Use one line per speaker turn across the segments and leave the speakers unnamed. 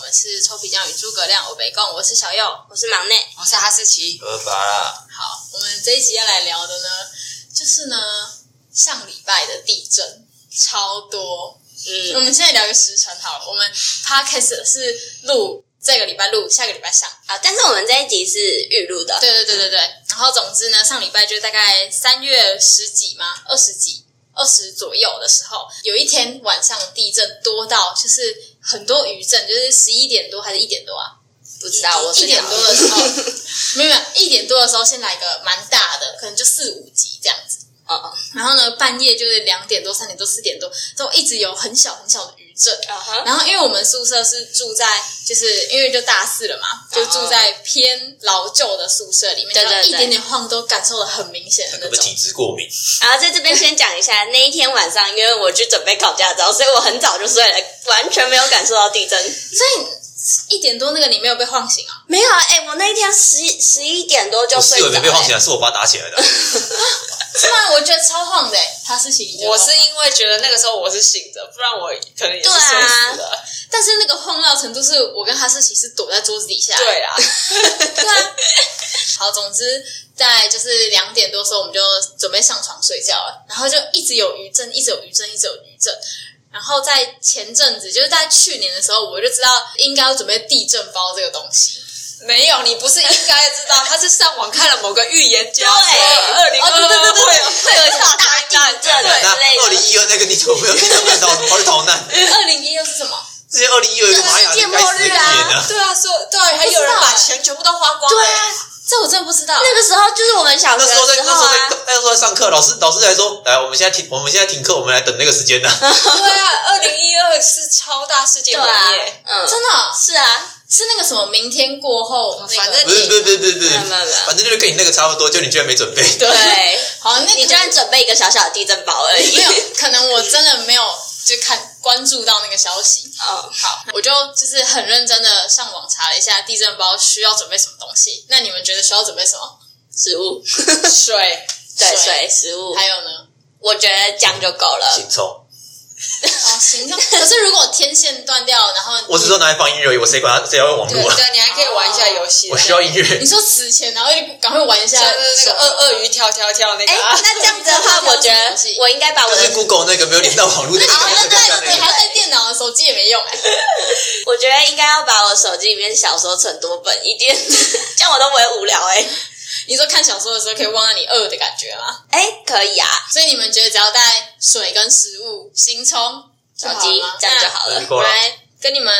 们是臭皮匠与诸葛亮，我北贡，我是小哦右，
我是忙内，
我是哈士奇。
合法啦，
好，我们这一集要来聊的呢，就是呢上礼拜的地震超多。我
嗯，
们现在聊个时辰好了，我们 podcast 是录这个礼拜录，下个礼拜上。
啊，但是我们这一集是预录的，
对对对对对。然后总之呢，上礼拜就大概三月十几嘛，二十几、二十左右的时候，有一天晚上地震多到就是很多余震，就是十一点多还是一点多啊？
不知道我
一
是
点
了
多的时候， 没有没有一点多的时候先来个蛮大的，可能就四五级这样子。
哦，
然后呢，半夜就是两点多、三点多、四点多，都一直有很小很小的余震。
啊哈，
然后，因为我们宿舍是住在，就是因为就大四了嘛，就住在偏老旧的宿舍里面，
对对
然后一
对
点点晃都感受的很明显的
根
那
本
种
体。质过敏，
然后在这边先讲一下，那一天晚上，因为我去准备考驾照，所以我很早就睡了，完全没有感受到地震。
所以一点多那个你没有被晃醒啊？
没有啊，哎、我那一天十十一点多就
我
睡
室友
着、
没被晃起
哎
来，是我爸打起来的。
是吗？我觉得超晃的、欸，他是醒。
我是因为觉得那个时候我是醒着，不然我可能也是
对啊
睡死了。
但是那个晃到程度是我跟哈士奇是躲在桌子底下。
对啦，
对啊。 好，总之在就是两点多的时候，我们就准备上床睡觉了，然后就一直有余震，一直有余震，一直有余震。然后在前阵子，就是在去年的时候，我就知道应该要准备地震包这个东西。
没有，你不是应该知道，他是上网看了某个预言家
对
说二零
哦
二
对对对
二
对
会有
会有一场大地震
那二
之类
零
的。
一二那个你怎么没有跟他们逃跑去逃难？
二零一又是什么？
之前二零一二有个玛雅人该死的预言 啊，
对啊，说对啊，还
不知道
有人把
欸
钱全部都花光了。
对啊，
这我真的不知道。
那个时候就是我们小学
那时候在
的时
那时候
候
在
啊，
那时候在上课，老师老师还说，来，我们现在停，我们现在停课，我们来等那个时间呢。
对啊，二零一二是超大世界
对
毁
啊
灭，，
嗯，
真的哦
是啊，
是那个什么？明天过后，
哦
那个
反正
不是，对对对对，
没有没有没有
反正就是跟你那个差不多，就你居然没准备。
对，
好，那个
你居然准备一个小小的地震包而
没
已。
有，可能我真的没有就看关注到那个消息。
哦，
好，我就就是很认真的上网查了一下地震包需要准备什么东西。那你们觉得需要准备什么？
食物，
水
对，
水
水食物，
还有呢？
我觉得酱就够了。
行冲，
哦，行动。可是如果天线断掉，然后
我只说拿来放音乐而已，我谁管他谁要用网
对
络啊？
对，你还可以玩一下游戏。
我需要音乐
你。说死前，然后就赶快玩一下
像是那个
手
鳄鳄鱼跳跳跳那个
哎、
啊，
那这样子的话，我觉得我应该把我
但是
的，
Google 那个没有连到网络那个，
啊，那
那个
对，你还带电脑、手机也没用哎、
我觉得应该要把我手机里面小说存多本一 点，这样我都不会无聊哎、
你说看小说的时候可以忘了你饿的感觉吗？
哎、可以啊，
所以你们觉得只要带水跟食物、行充、
手机这样就好了
嗯。
我来跟你们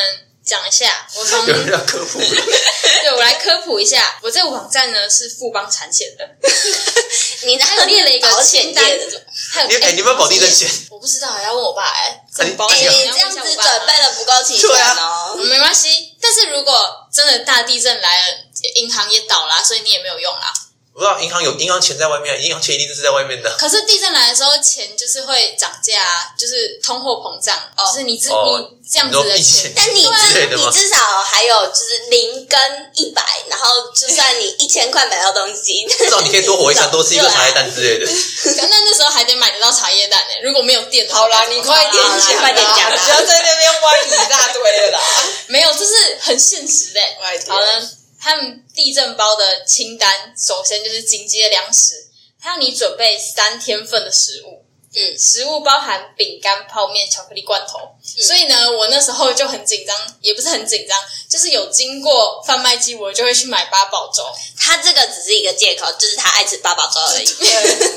讲一下，我 从
有人要科普，
对我来科普一下，我这个网站呢是富邦产险的，
你哪
有列了一个
保险
清单
业的种？
还有
你哎，你们保地震险，
我不知道，要问我爸哎、
哎
怎么保
哎、
险？
你
要
这
问
样
一下我
子
爸
准备的不够齐全
对
哦。
嗯没关系，但是如果真的大地震来了，银行也倒啦，所以你也没有用啦。
我不知道银行有银行钱在外面，银行钱一定是在外 面的。
可是地震来的时候，钱就是会涨价、啊，就是通货膨胀，
哦
就是你自、
哦
你这样子的
你说
钱
一千，
但你
之
至
类的吗
你至少还有就是零跟一百，然后就算你一千块买到东西，
至少你可以多活一餐，多吃一个茶叶蛋之类的。
那那时候还得买得到茶叶蛋呢、如果没有电的话，
好啦，
该怎
你
么
快
办啊
点
好啦
讲啊啦，
快点讲啊啦
不要在那边歪一大堆了啦。
没有，这是很现实的、
我的天
好了，他们地震包的清单，首先就是紧急的粮食，它要你准备三天份的食物。
嗯，
食物包含饼干、泡面、巧克力罐头，所以呢，我那时候就很紧张，也不是很紧张，就是有经过贩卖机，我就会去买八宝 粥。
他这个只是一个借口，就是他爱吃八宝粥而已。
对，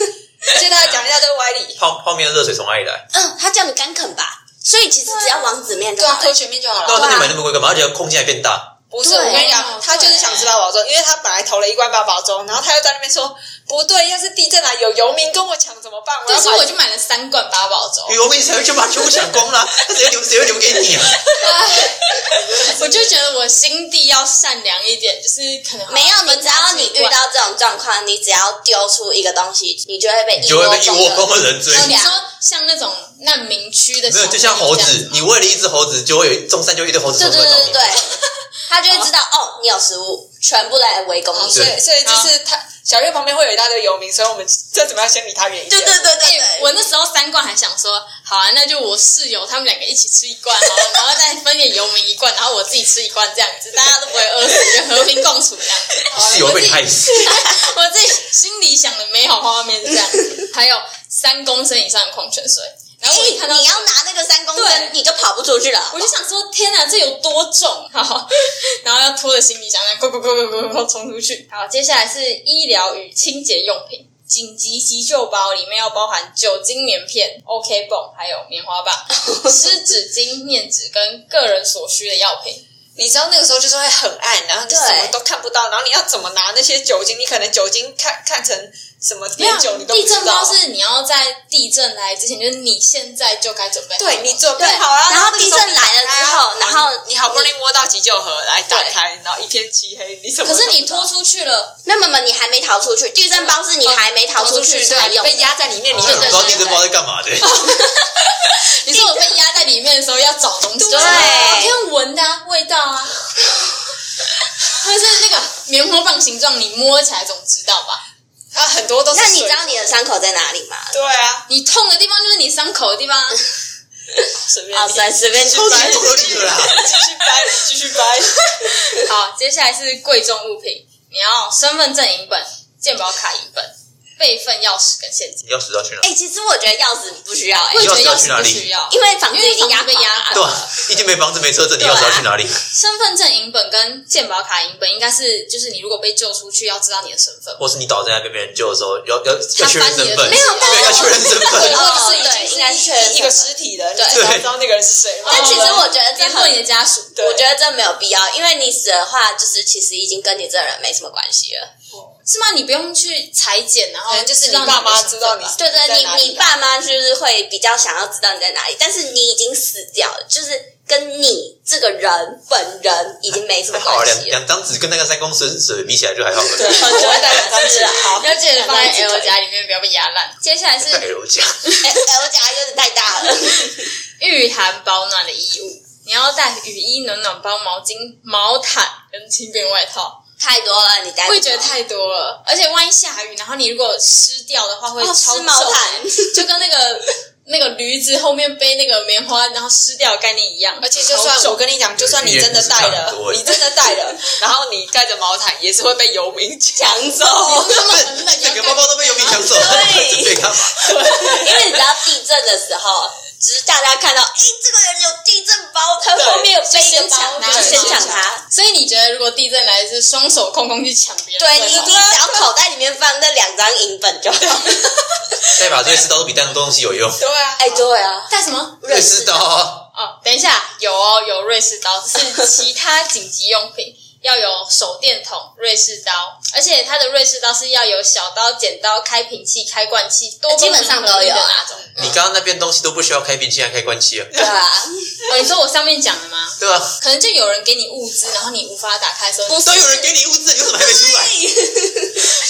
现在讲一下这个歪理，
泡泡面的热水从哪里来？
嗯，他叫你干啃吧，所以其实只要王子面就
对啊，
好
科
了。
学面就好
那
了。
我那你买那么贵干嘛？而且空间还变大。
不是，
对
我跟你讲，他就是想吃八宝粥，因为他本来投了一罐八宝粥，然后他又在那边说不对，要是地震来有游民跟我抢怎么办？我要
但是
把
我就买了三罐八宝 粥，
羽毛面才会全把全部抢光啦，他谁会留谁会留给你啊？
我就觉得我心地要善良一点，就是可能
没有，你只要你遇到这种状况，你只要丢出一个东西，你就会被
你就会被一窝
蜂
蜂
的。
的人追。
哦，你说像那种难民区的小
没有，
朋友这样
就
子，
像猴子， 你喂了一只猴子，就会有中山就一堆猴子
对
冲
对
过来
对
找
对
你。
对，他就会知道哦，你有食物，全部来围攻
哦
你。
所以所以就是他小月旁边会有一大堆游民，所以我们这怎么样先离他远一点？
对对对对哎对，
哎我那时候三罐还想说，好啊，那就我室友他们两个一起吃一罐好了，然后再分点游民一罐，然后我自己吃一罐这样子，大家都不会饿死，就和平共处这样子。
室友被你害 死，
我自己心里想的美好画面是这样子。还有三公升以上的矿泉水，然后我一看到
你要拿那个三公升
对，
你就跑不出去了
我。就想说，天哪，这有多重？好， 然后要拖着行李箱，咕咕咕咕咕咕咕冲出去。好，接下来是医疗与清洁用品。紧急急救包里面要包含酒精棉片、OK 泵，还有棉花 棒、湿纸巾、面纸跟个人所需的药品。
你知道那个时候就是会很暗，然后你
对
什么都看不到，然后你要怎么拿那些酒精？你可能酒精看看成什么
没有
变酒，你都不
地震
知
包
道。
是你要在地震来之前，就是你现在就该准备好。
对你准备
对，
好了，
然
后
后地震来了之后，然后
你好不容易摸到急救盒来打开，然后一片漆黑，你怎么
可
都不知道？
是你拖出去了，
那么么你还没逃出去，地震包是你还没逃
逃出
去
去，
才
对，你
用的
被压在里面，你
你
就
怎么知道
对
地震包在干嘛的？
你说我被压在里面的时候要找东西，就是
对
用闻的、啊、味道啊，或者是那个棉花棒形状，你摸起来总知道吧？
它很多都是
那
水。
你知道你的伤口在哪里吗？
对啊，
你痛的地方就是你伤口的地方啊，
随便
好，
你
啊随随便
继
去
超
续
级
掰
掰
不合理的啦
继续掰，继续掰。
好，接下来是贵重物品，你要身份证影本、健保卡影本、备份钥匙跟现金。
你要死到去哪？
哎、其实我觉得钥匙不需要哎、
会
你
觉得钥
钥匙要
匙
去哪
不
里
需要，
因为房子
因为
已经
房
压
子被压
垮
垮
了。
对啊，已经没房子没车子，你
对啊
钥匙要去哪里？
身份证影本跟健保卡影本应该是，就是你如果被救出去，要知道你的身份。
或是你倒在那边被人救的时候，要要要确认身份，
没有
对，要确认身份
如。
哦
果是已
对
经
应该是确认
是一个尸体的，你
对
至少知道那个人是谁吗？
但其实我觉得这
联络你
很，
的家属，
对
我觉得这没有必要，因为你死的话，就是其实已经跟你这人没什么关系了。
是吗？你不用去裁剪，然后
可能就是
知道
你爸妈
的身份
知道你
吧
对对，
在哪里
你你爸妈就是会比较想要知道你在哪里，但是你已经死掉了，就是跟你这个人本人已经没什么
还好啊，
关
两
系了。
两张纸跟那个三公升水比起来就还好了。
对，我觉得两张纸好。
要记得放在 L
家，
家里面，不要被压烂。接下来是
带柔夹，
哎 L 家有点太大了。
御寒保暖的衣物，你要带雨衣、暖暖包、毛巾、毛毯跟轻便外套。
太多了，你带
会觉得太多了，而且万一下雨，然后你如果湿掉的话，会
哦
超
湿
重
毛毯，
就跟那个那个驴子后面背那个棉花，然后湿掉的概念一样。
而且就算我跟你讲，就算你真的带了，你真的带了，然后你盖着毛毯也是会被游民抢走。
整个包包都被游民抢走，
对
这被干嘛？
因为你知道地震的时候，只是大家看到，哎、这个人有地震包，他
对
后面有背一个
就先抢
包，
他
就先
对
抢
先
他。
所以你觉得，如果地震来是双手空空去抢别人的
对
外套，
你，你只要口袋里面放那两张银本就好。
带把瑞士刀都比带东西有用。
对啊，
哎、对啊，
带什么？
瑞士刀啊，
哦，等一下，有哦，有瑞士刀，这是其他紧急用品， 要有手电筒、瑞士刀，而且它的瑞士刀是要有小刀、剪刀、开瓶器、开罐器，多功
呃基本上都有
能的
啊
那种。
你刚刚那边东西都不需要开瓶器，还开关器啊？
对啊，
哦，你说我上面讲的吗？
对吧？
可能就有人给你物资，然后你无法打开的时候，
都有人给你物资，你为什么还没出来？
啊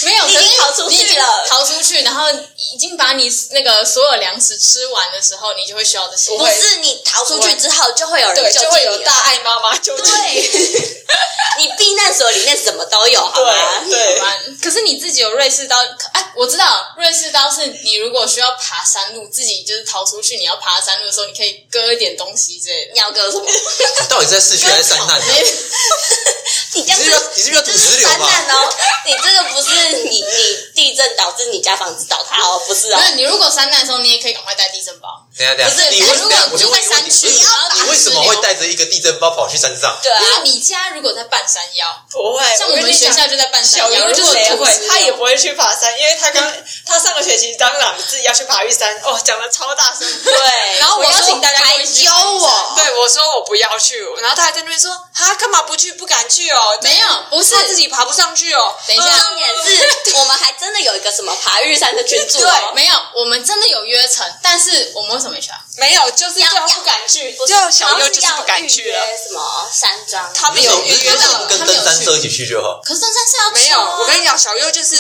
没有，
你已经
可是
逃出去
你已经
了
逃出去，然后已经把你那个所有粮食吃完的时候，你就会需要这些。
不是你逃出去之后就会有人
对，
救
就
济
会
你
有
了
大爱妈妈救济。
对， 你避难所里面什么都有，好吗
对？对，
玩，可是你自己有瑞士刀，可哎，我知道瑞士刀是你如果需要爬山路，自己就是逃出去，你要爬山路的时候，你可以割一点东西之 类的。
你要给我什么？
你到底在市区还是山难啊？
你这
你是
样
不
子
是要你是不是要土
这
石
是
流
灾
嘛？
难哦！你这个不是你你地震导致你家房子倒塌哦，不是哦
那。你如果山难的时候，你也可以赶快带地震包。
等一下等一
不
下，
是
你为
如
什
果
么？我就
住
问
在
你问
山
题，
区，然后打
为什么你为什么会带着一个地震包跑去山上？
对
因为
啊，
你家如果在半山腰，
不会，
像我
跟
们
你
学
讲
校就在半
小
山
鱼
腰，如
是
果
谁会
土石，
他也
流
不会去爬山，因为他刚他上个学期当然自己要去爬玉山，哦，讲的超大声。
对。
然后我
我
邀
说
请大家
还
跟一起去
揪我，
对，我说我不要去，然后他还在那边说啊，干嘛不去？不敢去哦，
没有，不是
他自己爬不上去哦。
等一下
嗯
重点是我们还真的有一个什么爬玉山的群组
对，
哦，
没有，我们真的有约成，但是我们为什么没去啊？
没有，就是
要
叫他不敢去，就小优就是不敢去
好像是
了。
要预约什么山庄，
他们
你为什么
有
你
预
为
约
什么
到
不，跟
他们有
登山
去
车一起去就好？
可是登山是要去
没有。
啊
我跟你讲，小优就是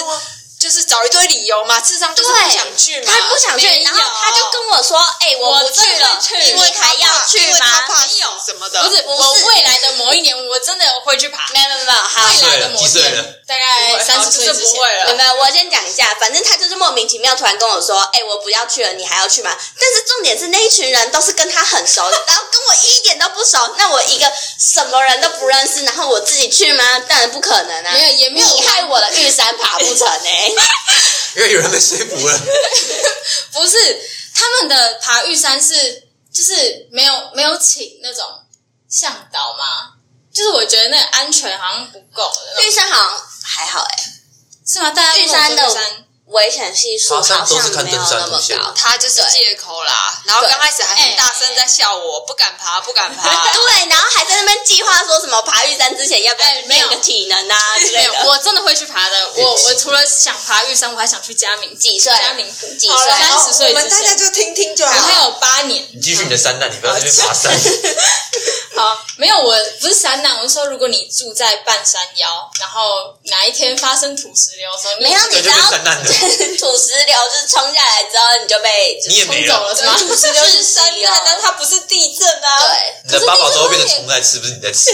就是找一堆理由嘛，事实上就是不想去嘛，
他不想去，
没有
然后他就跟我说：“哎、
我
我不去
真
了，
的去
因为还要去
因为他
吗
怕什么的，
不是，
不
我
是
未来的某一年，我真的会去爬？”。
没有没有没有，好
未
对
来的
了，
某
几
一
岁
天
了？
大概哎三
好
十岁
啊就是
之
不
前
会。
有
了。
没有？我先讲一下，反正他就是莫名其妙突然跟我说：“哎、我不要去了，你还要去吗？”但是重点是那一群人都是跟他很熟的，然后跟我一点都不熟。那我一个什么人都不认识，然后我自己去吗？当然不可能啊！
没有也没有
你害我的玉山爬不成哎、
因为有人被说服了。
不是他们的爬玉山是就是没有没有请那种向导吗？就是我觉得那个安全好像不够的那
玉
种，
山好像还好哎、
是吗？大家跟我说
玉山的
玉山
危险系数好
爬山
像
都是看
没有
登山
那么
路线
高。
他就是借口啦，然后刚开始还很大声在笑我，不敢爬，不敢爬。
对，然后还在那边计划说什么爬玉山之前要不要
哎没有
练个体能啊 之
没
类
有，
的。
我真的会去爬的。我我除了想爬玉山，我还想去嘉明
几岁
嘉明湖
几
好
岁
了，？
三十岁
我们
之
大
前
家就听听就
我还
好。
有八年。
你继续你的山难，你不要在那边爬山。
好，没有，我不是山难，我是说，如果你住在半山腰，然后哪一天发生土石流的时候，
没有，你
对
只
就
要
变散弹了
土石流就是冲下来之后，你就被
你也没
冲走
了，
了是吗？
土石流是山啊难，但它不是地震啊。
对，
你的八宝粥变成虫在吃，不是你在吃。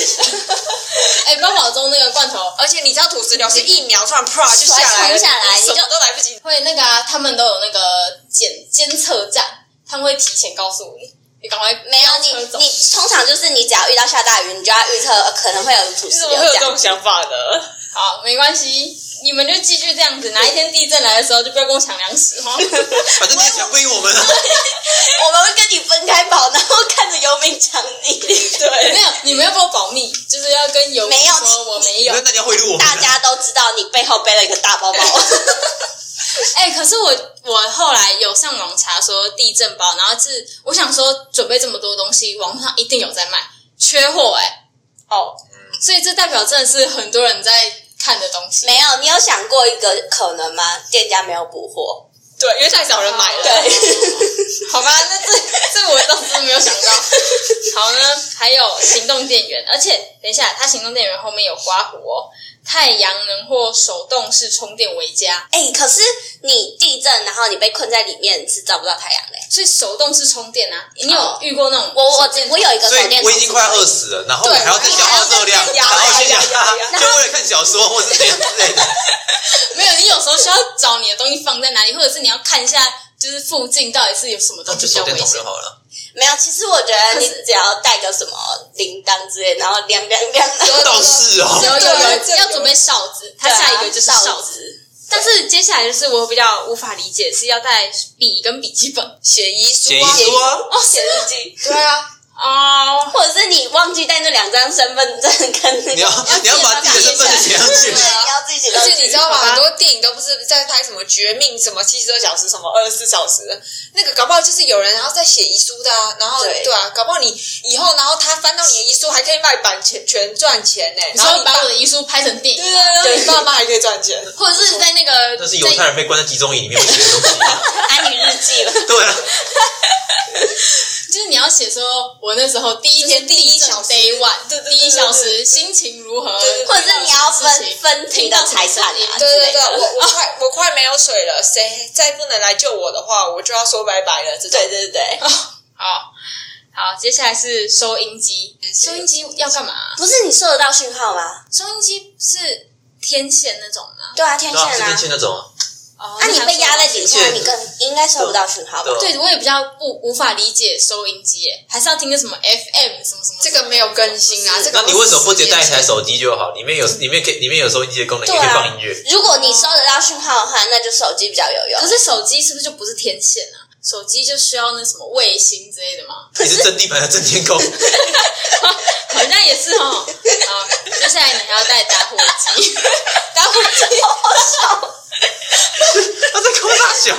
哎，八宝粥那个罐头
而且你知道土石流是一秒突然啪就下来了，
冲下来
你
你就
什么都来不及。
会那个啊，他们都有那个检监测站，他们会提前告诉你，你赶快
没有
飙车
你，
走
你通常就是你只要遇到下大雨，你就要预测呃可能会有土
你
石
怎
流
么会有
这
这
样。
种想法的？
好，没关系，你们就继续这样子，哪一天地震来的时候就不要跟我抢粮食哦。
反正你也抢不赢我们啊！
我们会跟你分开跑，然后看着游民抢
没
你。对，
有，你们要给我保密，就是要跟游民
没有
说我没有
那。那你要贿赂我们
大
啊。
家都知道你背后背了一个大包包。
哎、可是我我后来有上网查说地震包，然后是我想说准备这么多东西，网上一定有在卖，缺货哎、
哦，
所以这代表真的是很多人在看的东西。
没有，你有想过一个可能吗？店家没有补货。
对，因为太少人买了。
对，
好吧，那这这我倒是没有想到。好呢，还有行动电源，而且等一下，它行动电源后面有刮胡哦，太阳能或手动式充电为佳，
哎、可是你地震，然后你被困在里面是照不到太阳的、
所以手动式充电啊，你有
哦
遇过那种？
我我我有一个
所
手电
以
筒
我已经快饿死了，然后我
对
还要再消耗热量，
还要再
然
压
后先养
压压
它，
压
就为了看小说或是怎样之类的。
没有，你有时候需要找你的东西放在哪里，或者是你要看一下，就是附近到底是有什么
那
东西
就
比较危
手电筒
险
就。好了。
没有，其实我觉得你只要带个什么铃铛之类，然后亮亮亮，
倒是哦，
有有
对这
有，
个
要准备哨子，它下一个就是哨子。
子。
但是接下来就是我比较无法理解，是要带笔跟笔记本
写遗书
写遗
啊，
书啊，
哦，写日记，
对啊，
哦。
或者是你忘记带那两张身份证跟那个，
你要你要把自己的身份证写上啊去
对，你。要自己写
而
上去。
且你知道
好
吗？
吧
很多电影都不是在拍什么绝命什么七十二小时什么二十四小时的，那个搞不好就是有人然后在写遗书的啊，然后
对
对啊，搞不好你以后然后他翻到你的遗书还可以卖版权权赚钱呢，
你
然后
说
你爸
把我的遗书拍成电
对
影，
对对，你爸妈还可以赚钱，
或者是在那个
那是犹太
在
人被关在集中营里面会写的东西啊。
安妮日记 吧。
对啊，
就是你要写说，我那时候第一天
就是第一小时
day one，
对对对
第一小时心情如何，
对对对
或者是你要分分庭的财产 啊，
对对
之
对，
类的
我我快我快没有水了，谁再不能来救我的话，我就要说拜拜了。这种
对对对，
好好，接下来是收音机，收音机要干嘛？
不是你收得到讯号吗？
收音机是天线那种吗？
对啊，天
对啊，是
线
变
啊，
迁那种啊。
哦
啊，你被压在底
天
下，
线
你更应该收不到讯号吧
对？啊
对，我也比较不无法理解收音机耶，还是要听个什么 FM 什么什么。
这个没有更新啊，这个
那你为什么不直接带一台
手？
手机就好？里面有里面可以里面有收音机的功能，也
对
可以
啊
放音乐。，
如果你收得到讯号的话，那就手机比较有用
可。是手机是不是就不是天线啊？手机就需要那什么卫星之类的吗？
你是真地盘的真天空，
好像也是哦。好，接下来你还要带打火 机，
打火机，
他在抠大小。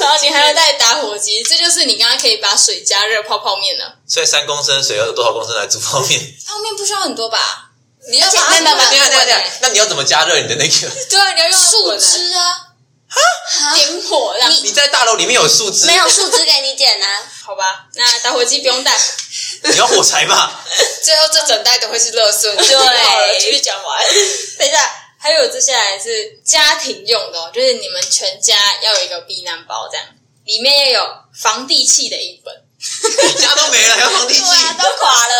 然后你还要带打火机，这就是你刚刚可以把水加热泡泡面了。
所以三公升水要有多少公升来煮泡面？
泡面不需要很多吧？
你要
而且
把它
没有没有
对啊对啊对啊
对，
那你要怎么加热你的那个？
对啊，你要用
树
树枝，
枝啊，点火让
你在大楼里面有树枝
没，有树枝给你捡啊，
好吧？那打火机不用带。
你要火柴 吧？
最后这整袋都会是垃圾。
对
好了继续讲完。
等一下，
还有接下来是家庭用的、哦，就是你们全家要有一个避难包，这样里面要有防地气的一本，
你家都没了，还要放地
对
基？
啊啊，都垮了。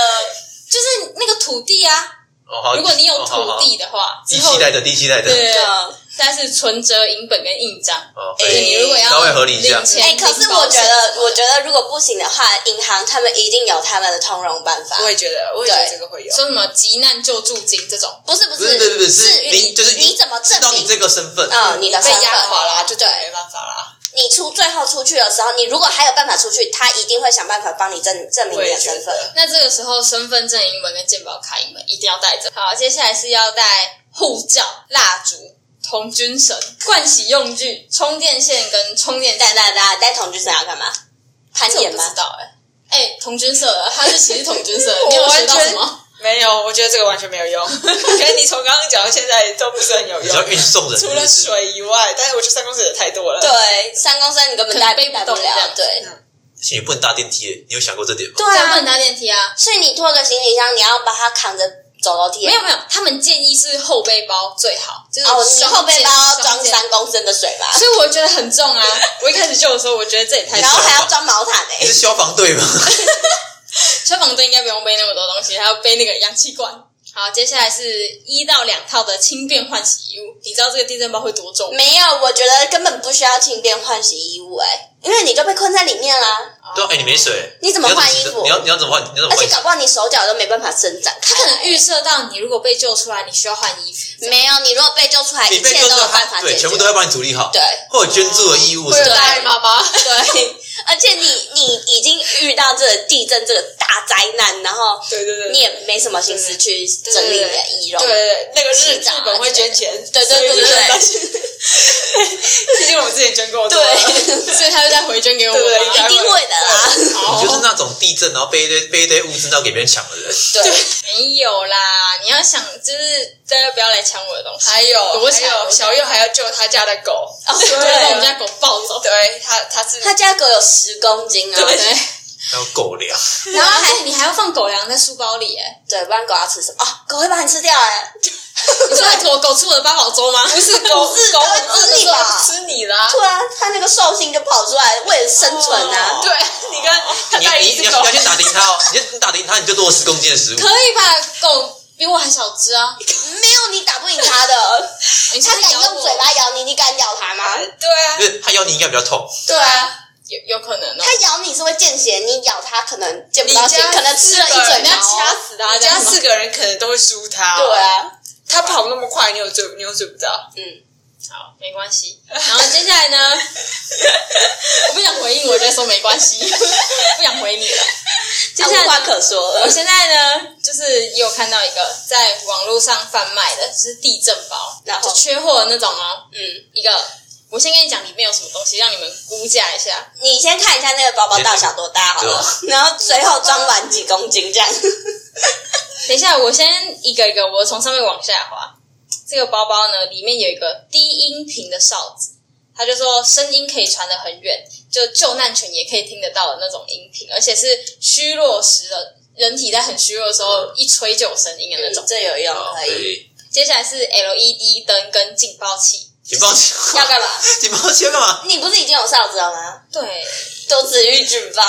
就是那个土地啊，
哦好，
如果你有
哦好
土
好
地的话，
第
之
七
后
代的第七代的，
对
嗯
但是存折、银本跟印章，
哦，
就
可以
你如果要
稍微合理一下
领钱
哎、可是
领保
我觉
险
得，我觉得如果不行的话，银行他们一定有他们的通融办法。
我也觉得，我也觉得
对
这个会有。
说什么急难救助金这种，
不是不
不是不是不是
是
你就是
你怎么证
知道
明
你这个身份，
嗯，你的
被
身份
压垮啦，就
对
真的没办法啦。
你出最后出去的时候，你如果还有办法出去，他一定会想办法帮你证证明
我
你
也
的
觉
身
得
份。
那这个时候身份证英文跟健保卡英文一定要带着。好，接下来是要带护照、蜡烛、童军绳、盥洗用具、充电线跟充电
哒
站。
哒哒，带同居生要干嘛？攀
这我
岩
不
吗
知？道哎、哎、童军社的，他是其实童军社的，你有
我
学
完
到
全
什么？
没有，我觉得这个完全没有 用。我觉得你从刚刚讲到现在都不是很有
你只要
用，
运送 人，
除了水以外，但是我觉得三公尺也太多了。
对，三公升你根本带
可能背不
带不
动这
了
样，
对
而且你不能搭电梯，你有想过这点吗？
对
这样不能
啊。
搭电梯啊。
所以你拖个行李箱，你要把它扛着走楼梯。
没有没有，他们建议是后背包最好，就是
哦，你后背包要
双
装
肩，
三公升的水吧，
所以我觉得很重啊。我一开始救的时候，我觉得这也太
然后
重。
还要装毛毯欸
你是
诶。
消防 队吗？
消防队应该不用背那么多东西，还要背那个氧气罐。好，接下来是一到两套的轻便换洗衣物。你知道这个地震包会多重吗？
没有，我觉得根本不需要轻便换洗衣物诶，因为你就被困在里面啦。
对啊，哎，你没水，
你怎么换衣服
你要你要怎么换？你要怎么
而且
换？
搞不好你手脚都没办法伸展开
他
来。
可能预设到你如果被救出来，你需要换衣服。
没有，你如果被救出来，
你
一
被
切
救
都
出
有办
来，
法
对，
解决。
全部都要帮你处理好，
对啊
或者捐助的义务
会
是
有
吧，
大爱妈妈。
对而且你你已经遇到这个地震这个大灾难，然后
对对对，
你也没什么心思去整理你的仪容。
对对，那个日
洗澡啊
日本会捐钱，
对对对对对
毕竟我们之前捐过多了，
对，
所以他就再回捐给我
对对
们
应该
啊。
一定会的啦。
你就是那种地震，然后背一堆背一堆物资，然后给别人抢的人。
对，
没有啦，你要想，就是大家不要来抢我的东西。
还有
躲
还
起来
有小佑还要救他家的狗，
哦
我要把我们
对，
家狗抱走。
对他他是
他家狗有十公斤啊，
对，
还有狗 粮，
然后还你还要放狗粮在书包里，哎，
对，不然狗要吃什么？哦，狗会把你吃掉哎，
你说还狗狗吃我的八宝粥吗？
不是狗
不是
狗
它会
很饿
吃
的
你
时候
吧
吃你啦，
突然它那个兽性就跑出来，为了生存啊。
对你看他
哦你
带
你
一
你
只
要你，
狗
要 去打赢它哦，你就你打赢它，你就多了十公斤的食物。
可以吧？狗比我还小只啊！
没有你打不赢它 的，
你是
它
不是
敢
咬
用
我
嘴？巴咬你，你敢咬它吗？
对啊
就，是它咬你应该比较痛，
对啊。
有有可能哦。
它咬你是会见血，你咬它可能见不到血
你，家
可能吃了一
四
嘴
个人
毛
要掐死它
你
这样
家
子吗
四个人可能都会输他，哦
对，啊，嗯
他跑那么快，你有追你有追不到，
好，没关系。然后接下来呢？ 我不想回应，我就说没关系， 不想回你了。接
它
下来
啊无
呢
话可说
我
了。
现在呢，就是也有看到一个在网络上贩卖的，就是地震包，
然后
就缺货的那种哦。
嗯，
一个，我先跟你讲里面有什么东西，让你们估价一下。
你先看一下那个包包大小多大好了， 然后随后装完几公斤这样。
等一下，我先一个一个，我从上面往下滑。这个包包呢，里面有一个低音频的哨子，他就说声音可以传得很远，就救难犬也可以听得到的那种音频，而且是虚弱时的人体在很虚弱的时候一吹就有声音的那种。
这有用，嗯哦可以。
哦以。
接下来是 LED 灯跟警报器，
警报器
要干嘛？
警报器要干嘛？
你不是已经有哨子了吗？
对，
多此一举吧。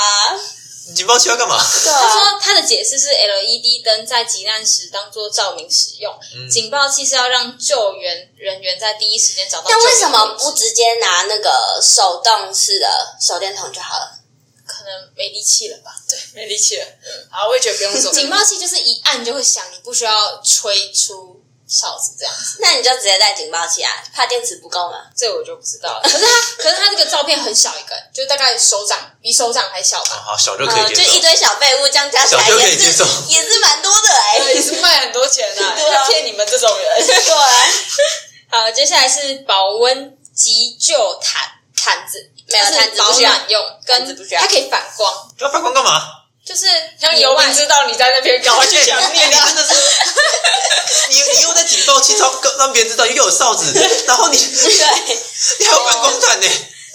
警报器要干嘛？哦
对
他
啊，
说他的解释是 LED 灯在急难时当做照明使用，
嗯
警报器是要让救援人员在第一时间找到。
但为什么不？直接拿那个手动式的手电筒就好了？
可能没力气了吧？
对，没力气了，好，我也觉得不用 做，
警报器就是一按就会响，你不需要吹出哨子这样 子，
那你就直接带警报器啊，怕电池不够吗？
这我就不知道了。可是他，可是他这个照片很小一个，就大概手掌比手掌还小
哦
吧。
好，小就可
嗯，
以接
就一
受。
堆小废物，这样加起来
小就可以
也
接
是
受
也是蛮多的哎、
对，也是卖很多钱呐，
对啊
要骗你们这种人。
对啊，
好，接下来是保温急救毯毯子，
没有
就是
毯子不
保
需要
暖用，
毯子
跟
不需要
它可以反光，
要发光干嘛？
就是
让
野
游
外
民知道你在那边搞，去想
哎
你
你
啊
真！的是，你你又在警报器超让别人知道，又有哨子，然后你你
对。
还有反光 毯呢？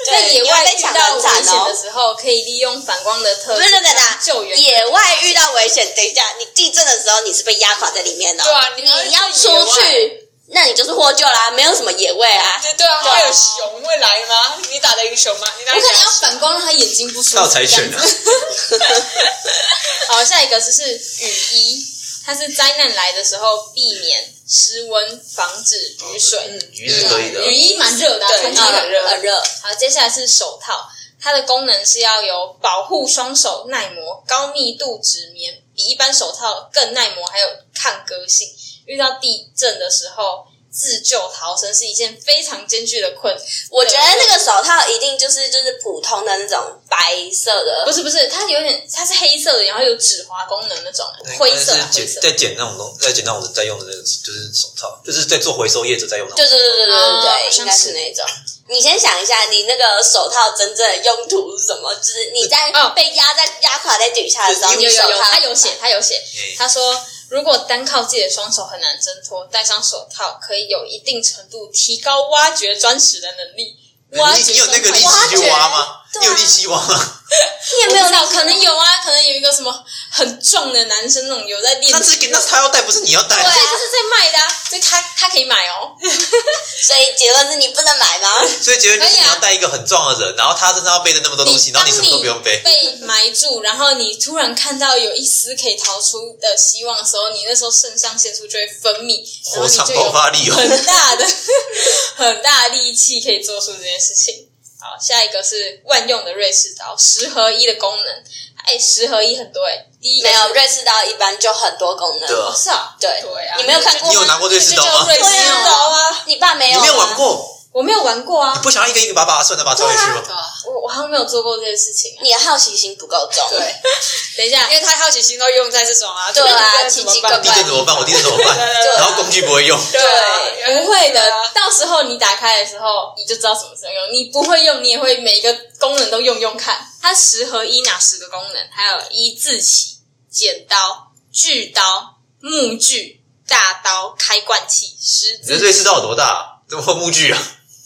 在野外
被
遇
抢
到
到
危
惨
险的
哦。
时候，可以利用反光的特
不
质
是等等
让救援。
野外遇到危险，等一下，你地震的时候你是被压垮在里面的哦、
对啊你
你要出去，那你就是获救啦，没有什么野味啊。
对对啊，会有熊会来吗？你打得赢熊吗？你打
我
得赢
可能要反光，让他眼
啊
睛不舒服。
靠柴犬 啊
这样子！好，下一个就是雨衣，它是灾难来的时候避免失温，防止雨水。
嗯
鱼哦嗯是可以的嗯
雨。衣蛮热的啊、
对
穿起来
很
很热。
嗯热，很热，
好，接下来是手套，它的功能是要有保护双手耐磨、高密度纸棉，比一般手套更耐磨，还有抗割性。遇到地震的时候，自救逃生是一件非常艰巨的困。
我觉得那个手套一定就是就是普通的那种白色
不
的，
是不是，它有点它是黑色的，然后有止滑功能那种灰色
那
啊
应
灰
该是
色
捡。在捡那种东，在捡那种在用的那个，就是手套，就是在做回收业者在用的。
对对对对对对
啊
对，
好
应
像
该是
是
那种。你先想一下，你那个手套真正的用途是什么？就是你在
哦
被压在压垮在底下的时候，
有
你
有
手
有，
套
他有写，他有写
嗯，
他说如果单靠自己的双手很难挣脱，戴上手套可以有一定程度提高挖掘砖石的能力。挖
哎你
掘
你有那个力
砖块
气去挖吗？
对啊
你有力气挖吗？
你也没有
我不知道，可能有啊，可能有一个什么很壮的男生那种有在练，
那
这
这个那他要带，不是你要带
对。啊
是在卖的啊，所以他他可以买哦。
所以结论是你不能买吗？
所以结论就
可
是
以啊
你要带一个很壮的人，然后他身上要背着那么多东西，然后你什
当
么都不用背。
被埋住，然后你突然看到有一丝可以逃出的希望的时候，你那时候肾上腺素就会分泌，然后
火
你
场
就
爆
有
发力哦，
很大的 很大的力气可以做出这件事情。好，下一个是万用的瑞士刀，十合一的功能。哎，十合一很多哎，第一个
没
是
有，瑞士刀一般就很多功能。
对啊
哦是啊，
对
对啊，
你没有看过吗
你有拿过瑞士刀
这就叫
吗？
瑞士刀啊，
你爸没
你
有？
没有玩？过，
我没有玩过啊
你，不想要一个一个把把它算的把它抓回去
啊
吗？
我我好像没有做过这件事情啊。
你的好奇心不够重。
对，啊
等一下
因，为他好奇心都用在这种啊，
对啊
就是你这样怎么办
地震怎么办？我地震怎么办？
对
然后工具不会用，
对啊，
不会
对
的
啊，
到时候你打开的时候，你就知道什么时候用。你不会用，你也会每一个功能都用用看。它十合一哪十个功能？还有一字起、剪刀、锯刀、木锯、大刀、开罐器、十
你的
字，
瑞士刀有多大啊？这么木锯啊？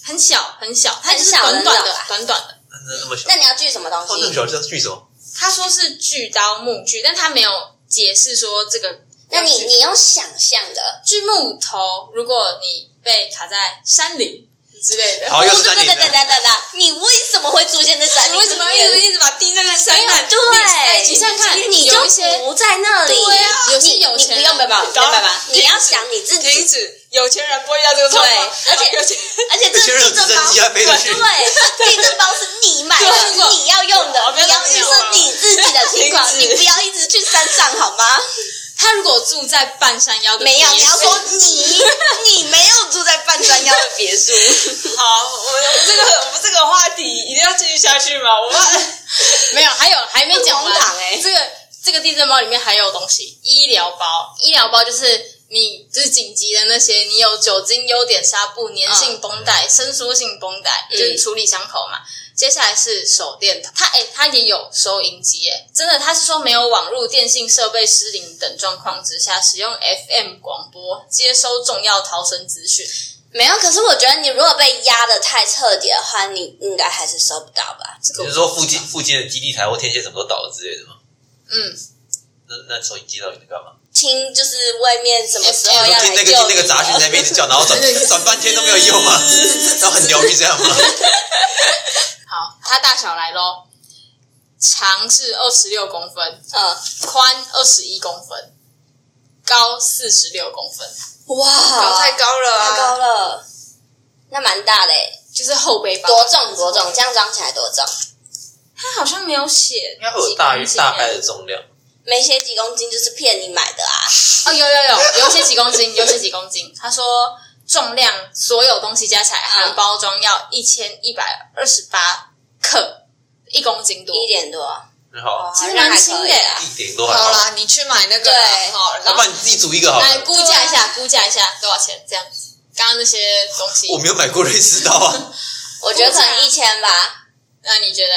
很小很小，它就是
很小
短短
很
的
小啊，
短短的。
那那么小
那，你要锯什么东
哦，那么
西？
小是要锯什么？
他说是锯刀、木锯，但他没有解释说这个。
那你你用想象的，
锯木头，如果你被卡在山林之类的，
好，
不
又
不
是
不
山
不
林
等等
的。
等等，你为什么会出现在山里
你
面？
为什么一直一直把地震跟山
没有
脉
对，
你想看
哎你就
有一些
不在那里。
对啊有些
你
有
你
钱
不用
人
没办法，没
懂
办法，你要想你自己
停止，有钱人不会遇到这个
对，
状况，
而且
有钱
而且这
有些人有直
地震包
升机还飞出去，
对，地震包是你买的
对如，果
你要用的，
我
你
没有
要
没有
是你自己的情况，
停
你
止
不要一直去山上好吗？
他如果住在半山腰的别
没
墅，
有，你要说你，你没有住在半山腰的别墅，
好，我们我们这个我们这个话题一定要继续下去嘛，我们
没有，还有还没讲完
很荒唐欸
这个这个地震包里面还有东西，医疗包，医疗包就是。你就是紧急的那些，你有酒精、优点纱布、粘性绷带、伸缩性绷带，就是处理伤口嘛。接下来是手电筒，它诶、它也有收音机诶、真的，它是说没有网络、电信设备失灵等状况之下，使用 FM 广播接收重要逃生资讯。
没有。可是我觉得你如果被压的太彻底的话，你应该还是收不到吧？
你是说附近附近的基地台或天线什么都倒了之类的吗？
嗯，
那那收音机到底在干嘛？
听就是外面什么时候
哎
哦要
就
来
听
救
那个听那个杂讯在那边一直叫，然后转转半天都没有用吗？然后很疗愈这样吗？
好，它大小来咯，长是二十六公分，
嗯，
宽二十一公分，高四十六公分，
哇，
太高了
太高
啊，
了，那蛮大的诶，
就是后背包。
多重多重，这样装起来多重？
它好像没有写，
应该会有大
几公斤
大概的重量。
没写几公斤就是骗你买的啊！
哦，有有有，有写几公斤，有写几公斤。他说重量所有东西加起来含包装要一千一百二十八克，一公斤多，
一点多，
很
哦
好，
其实蛮轻的
那还可以啊
一点都还
好
好。
啦，你去买那个
对
好，
要
然
不
后
然你自己组一个好
来
了。
估价一下，估价一下多少钱？这样子，刚刚那些东西
我，没有买过瑞士刀啊，
我觉得可能一千吧。
那你觉得？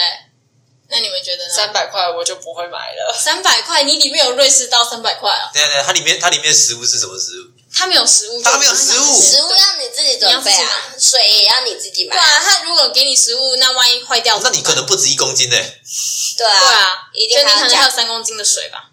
那你们觉得呢？
三百块我就不会买了，
三百块，你里面有瑞士刀三百块啊？
等一下等一下，它里面它里面的食物是什么食物？
它没有食物，
它没有食物
食物要你自己准备
你要
啊，水也要你自己买
对。啊，他如果给你食物，那万一坏掉
哦
怎么
那
办，
你可能不止一公斤呢。
对啊，
对啊，
一
就
定
你可
要
能还
加
有。三公斤的水吧。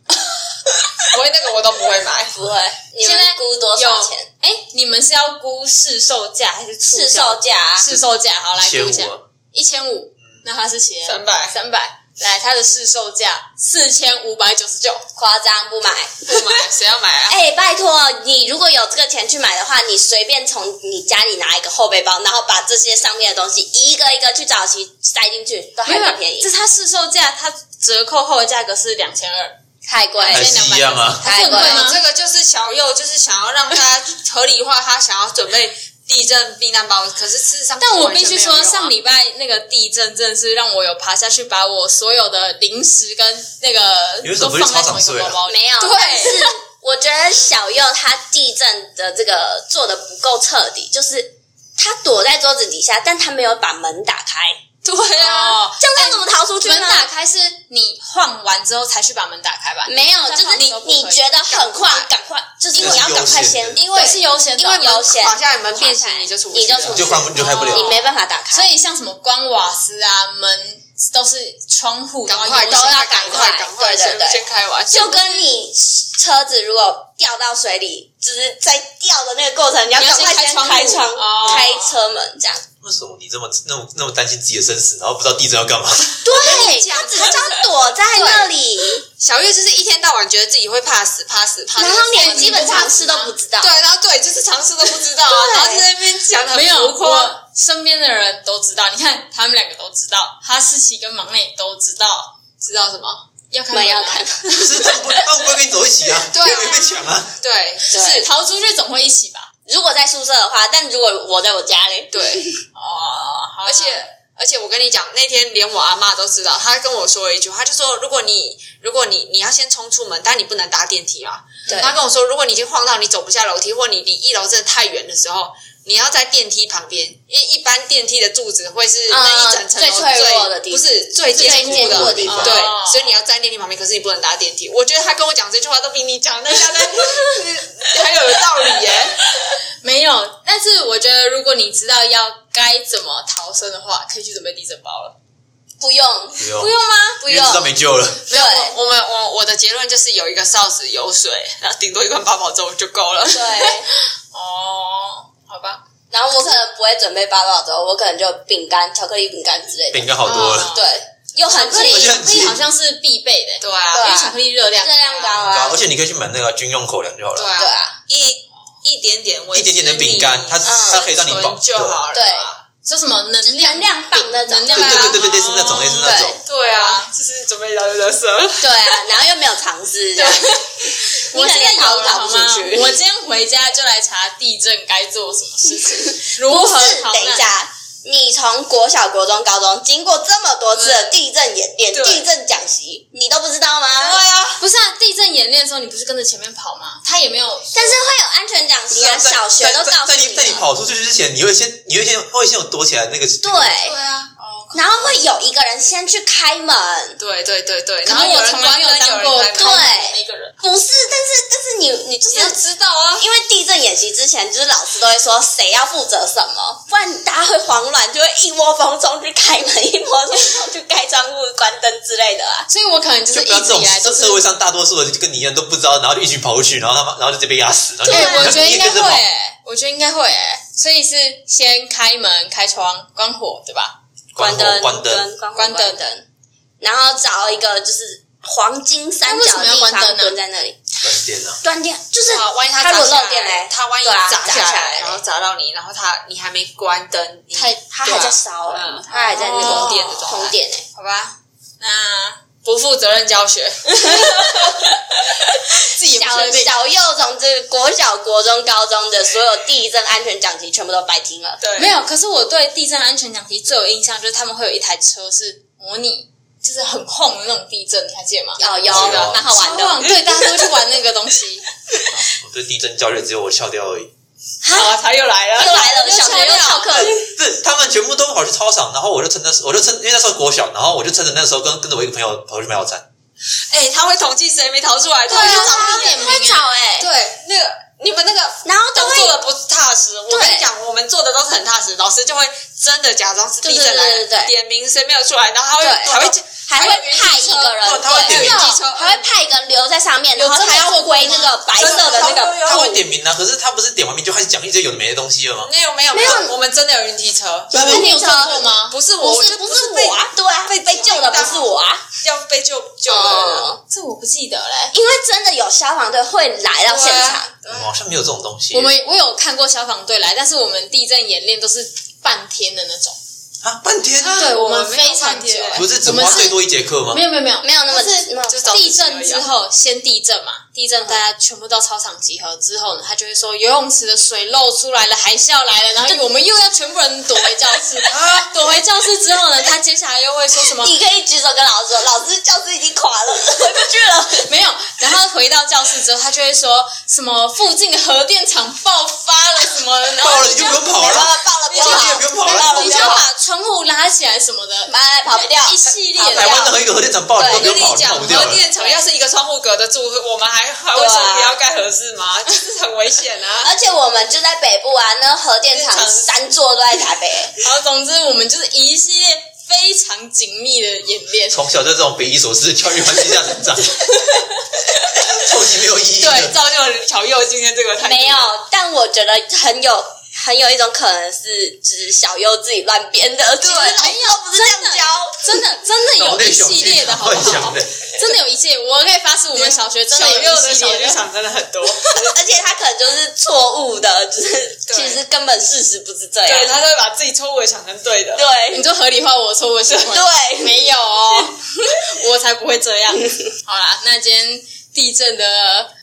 我那个我都不会买，
不会，你
现
们
在
估多少钱？？
哎，你们是要估市售价还是促
市
销
售价啊
市售价好来
千
估一
五
下
啊，
一千五，那它是写
三百
三百，来，它的市售价四千五百九十九，
夸张不买。
不买谁要买啊？
哎、拜托，你如果有这个钱去买的话，你随便从你家里拿一个后背包，然后把这些上面的东西一个一个去找齐塞进去，都还挺便宜
啊这，是它市售价，它折扣后的价格是两千二，
太贵
还
了，
是一样啊。
太
这
贵
很贵
了。
吗
这个就是小右，就是想要让大家合理化他想要准备地震避难包，可是事实上，
但我必须
啊
说，上礼拜那个地震真的是让我有爬下去，把我所有的零食跟那个
有一
都
种不
放
是
在
超
同
长
一个
睡啊
包包里。
没有，
对
但是我觉得小右他地震的这个做的不够彻底，就是他躲在桌子底下，但他没有把门打开，哎
对啊，
哦，
这样他怎么逃出去呢？
门打开是你晃完之后才去把门打开吧？
没有，就是你
在晃的时候不可以
你觉得很快，赶快，就是你要赶快先，
因为是优先的，
因为优先
好像你们变
起来
形，你就出不
你
去
就
了，
出
就关你就开不了
你没办法打开，
所以像什么关瓦斯啊、门都是窗户，
赶
然后
快
优
都
先
要
赶
赶
快
快赶快，
对对对
先先开完，
就跟你车子如果掉到水里，就是在掉的那个过程，你要
你要
赶
先
快
开
先
窗
开
户
窗、
哦
开车门这样。
为什么你这么那么那么担心自己的生死，然后不知道地震要干嘛？
对，他只是要躲在那里，
小月就是一天到晚觉得自己会怕死怕死怕死，
然后连基本常识都不知道。
对，然后对，就是常识都不知道啊，
对
然后就在那边讲的
没有，
浮夸。
我身边的人都知道。你看，他们两个都知道，哈士奇跟忙内都知道，
知道什么？
要看
门
啊
要看，
就是他们不他们不会跟你走一 起啊，
对啊
你会被抢啊。
对，就
就是
是
逃出去总会一起吧？
如果在宿舍的话，但如果我在我家嘞，
对，
哦，好啊
而且而且我跟你讲，那天连我阿妈都知道，她跟我说了一句，她就说，如果你如果你你要先冲出门，但你不能搭电梯啊。
对
她跟我说，如果你已经晃到你走不下楼梯，或你离一楼真的太远的时候。你要在电梯旁边，因为一般电梯的柱子会是那一整
嗯
层楼
最脆弱的地
不是最坚
最坚固
固
的
的
地方
对
哦，
所以你要在电梯旁边，可是你不能搭电梯。我觉得他跟我讲这句话都比你讲那 下在还有道理耶。
没有，但是我觉得，如果你知道要该怎么逃生的话，可以去准备地震包了。
不用，
不用
不用吗？
不
因为
用
知，道没救了。
对
我我们我我的结论就是有一个哨子有水，然后顶多一罐八宝粥就够了。
对。
哦，好吧，
然后我可能不会准备八宝粥，我可能就饼干、巧克力饼干之类的
饼。干好多了，
哦
对，又很轻，
而且很
所以
轻
好像是必备的，
对啊，
对
因为
啊
巧克力热量
热量高
啊。
对啊
啊
而。且你可以去买那个军用口粮就好
对
了，
啊，
对啊
一一点点维
一点点的饼干，它它可以让你饱。
嗯就好了。
对
说什么能
就
量
能量棒那种
能量
对
棒
对对对对，类似那种，类似那种。
对啊，就是准备到就得瑟。
对啊，然后又没有常识，这样你
我
可
现在有
能逃都
了
逃
好
不
吗
出去？。
我今天回家就来查地震该做什么事情，如
不
何
是，
逃
等一
难。
下，你从国小、国中、高中经过这么多次的地震演练、
对
地震讲习，你都不知道吗？
啊，
不是啊，地震演练的时候你不是跟着前面跑吗？他也没有，
但是会有安全讲习啊，
在
小学都
在
告诉
在你在你
了。
跑出去之前，你会先你会先会先有躲起来那个
对，
对啊，
哦，
然后会有一个人先去开门，
对对对对，
可
然后
能
有
我
人
从来
关
没有
灯，有
当过
人开
开
对
门
门的那个人。
不是？但是但是你你就是
你要知道啊，
因为地震演习之前，就是老师都会说谁要负责什么，不然大家会慌乱，就会一窝蜂冲去开门，一窝蜂冲去盖窗户、关灯之类的啊。
所以我可能就是
就
一
不要这
直
种
以来都是
社会上大多数的就跟你一样都不知道，然后就一起跑过去，然后他们然后就直接被压死。然后
对，
你
我觉得
你
应
也
该
跟着
会、
跑。
欸，我觉得应该会、欸，所以是先开门、开窗、关火，对吧？
关
灯、
关
关
灯，
关
关灯
灯，然后找一个就是黄金三角
那
的
为什么要
地
关
方
灯啊
蹲在那里，
关电啊！
断电就是
啊，万一
哎它如
砸
果
下
漏电嘞
来，，它万一
对啊
砸
砸
下
来
来，然后砸到你，然后它你还没关灯，你
太它还在烧
对
哎
啊，
它还在那个
通电
的状态
通电哎。
好吧，那
不负责任 教学，
自己也不
小
确定。
小幼从这个国小、国中、高中的所有地震安全讲习全部都白听了。
对，
没有，可是我对地震安全讲题最有印象就是他们会有一台车是模拟，就是很晃的那种地震，你还记得吗？
哦，有
是啊
蛮好玩的
超。晃对，大家都会去玩那个东西。
我对地震教育只有我翘掉而已。
好啊， 他又来了，
又来了，小学又翘课了，
不是，他们全部都跑去操场，然后我就趁那时，我就趁，因为那时候国小，然后我就趁着那时候跟跟着我一个朋友跑去买早餐。
哎、他会统计谁没逃出来，他
啊
会去
他
找
会
你耶。
点名
会吵哎、
对，那个你们那个
然后都
都
会
做的不踏实。我跟你讲，我们做的都是很踏实，老师就会真的假装是地震来
对对对对对
点名谁没有出来，哎然后他会
对
还会
还会派一个人，
哦他会
对
点
名
真的
机车
还会派一个人留在上面，然
有
后
这么
他要
做过
归
吗
那个白色的那个，
他会点名啊，可是他不是点完名就开始讲一堆有的没的东西啊了吗？
没有没有
没有
我们真的有运气车，
那你有做过吗？
啊不是我，
不
我
是
就
不
不
是
被
我啊，对啊，被被救的不是我啊，
要被救救的人啊。
哦，
这我不记得嘞。
因为真的有消防队会来到现场，
我们好像没有这种东西。
嗯我们我有看过消防队来，但是我们地震演练都是半天的那种。
啊，半天
对我们
没有
非常
半天
久
不是只
我们
花
是
最多一节课吗
没？有没有没有
没有那么
就是
那么
就是早自
地
习而已啊
震之后，先地震嘛，地震大家全部到操场集合之后呢，他就会说游泳池的水漏出来了，海啸来了，然后我们又要全部人躲回教室。躲回教室之后呢，他接下来又会说什么？
你可以举手跟老师说，老师教室已经垮了，回不去了。
没有，然后回到教室之后，他就会说什么附近的核电厂爆发了什么，然
爆
后
了你就不用跑
没办
了，
法，爆了，不要
你也
跑，
不用跑了
爆了，
你
不
就
要跑，
把窗户拉起来什么的，
哎，跑不掉。
一系列
台湾
的。
任何一个核电厂爆了，
对
你都
我
不用
跟
跑，
你
你
讲，
跑不掉
核
了。
电厂要是一个窗户隔得住，我们还还会
对
说
啊
不要盖合适 吗？就是很危险啊。
而且我们就在北部啊，那核电厂
电厂
三座都在台 北，
好，总之我们就是一系列非常紧密的演练。
从小在这种匪夷所思的教育环境下成长，超级没有意义
对，
的。
造就了乔佑今天这个态度。
没有，但我觉得很有很有一种可能是指小优自己乱编的，对，没有不是这样教。
哎真的真的
脑
有
内
一
雄
系列的好不
幻想
好
的？，
真的有一系列，我可以发誓，我们小学真的
小
有
佑
一
的
系
小
列
剧
的。
场真的很 多。
而且他可能就是错误的，就是
对
其实根本事实不是这
对，
样。
他都会把自己错误的想成对的。
对
你就合理化我说我是会
对，
没有哦，我才不会这 样。好啦，那今天地震的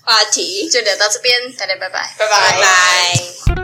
话题
就聊到这边，大家拜拜。
拜
拜拜。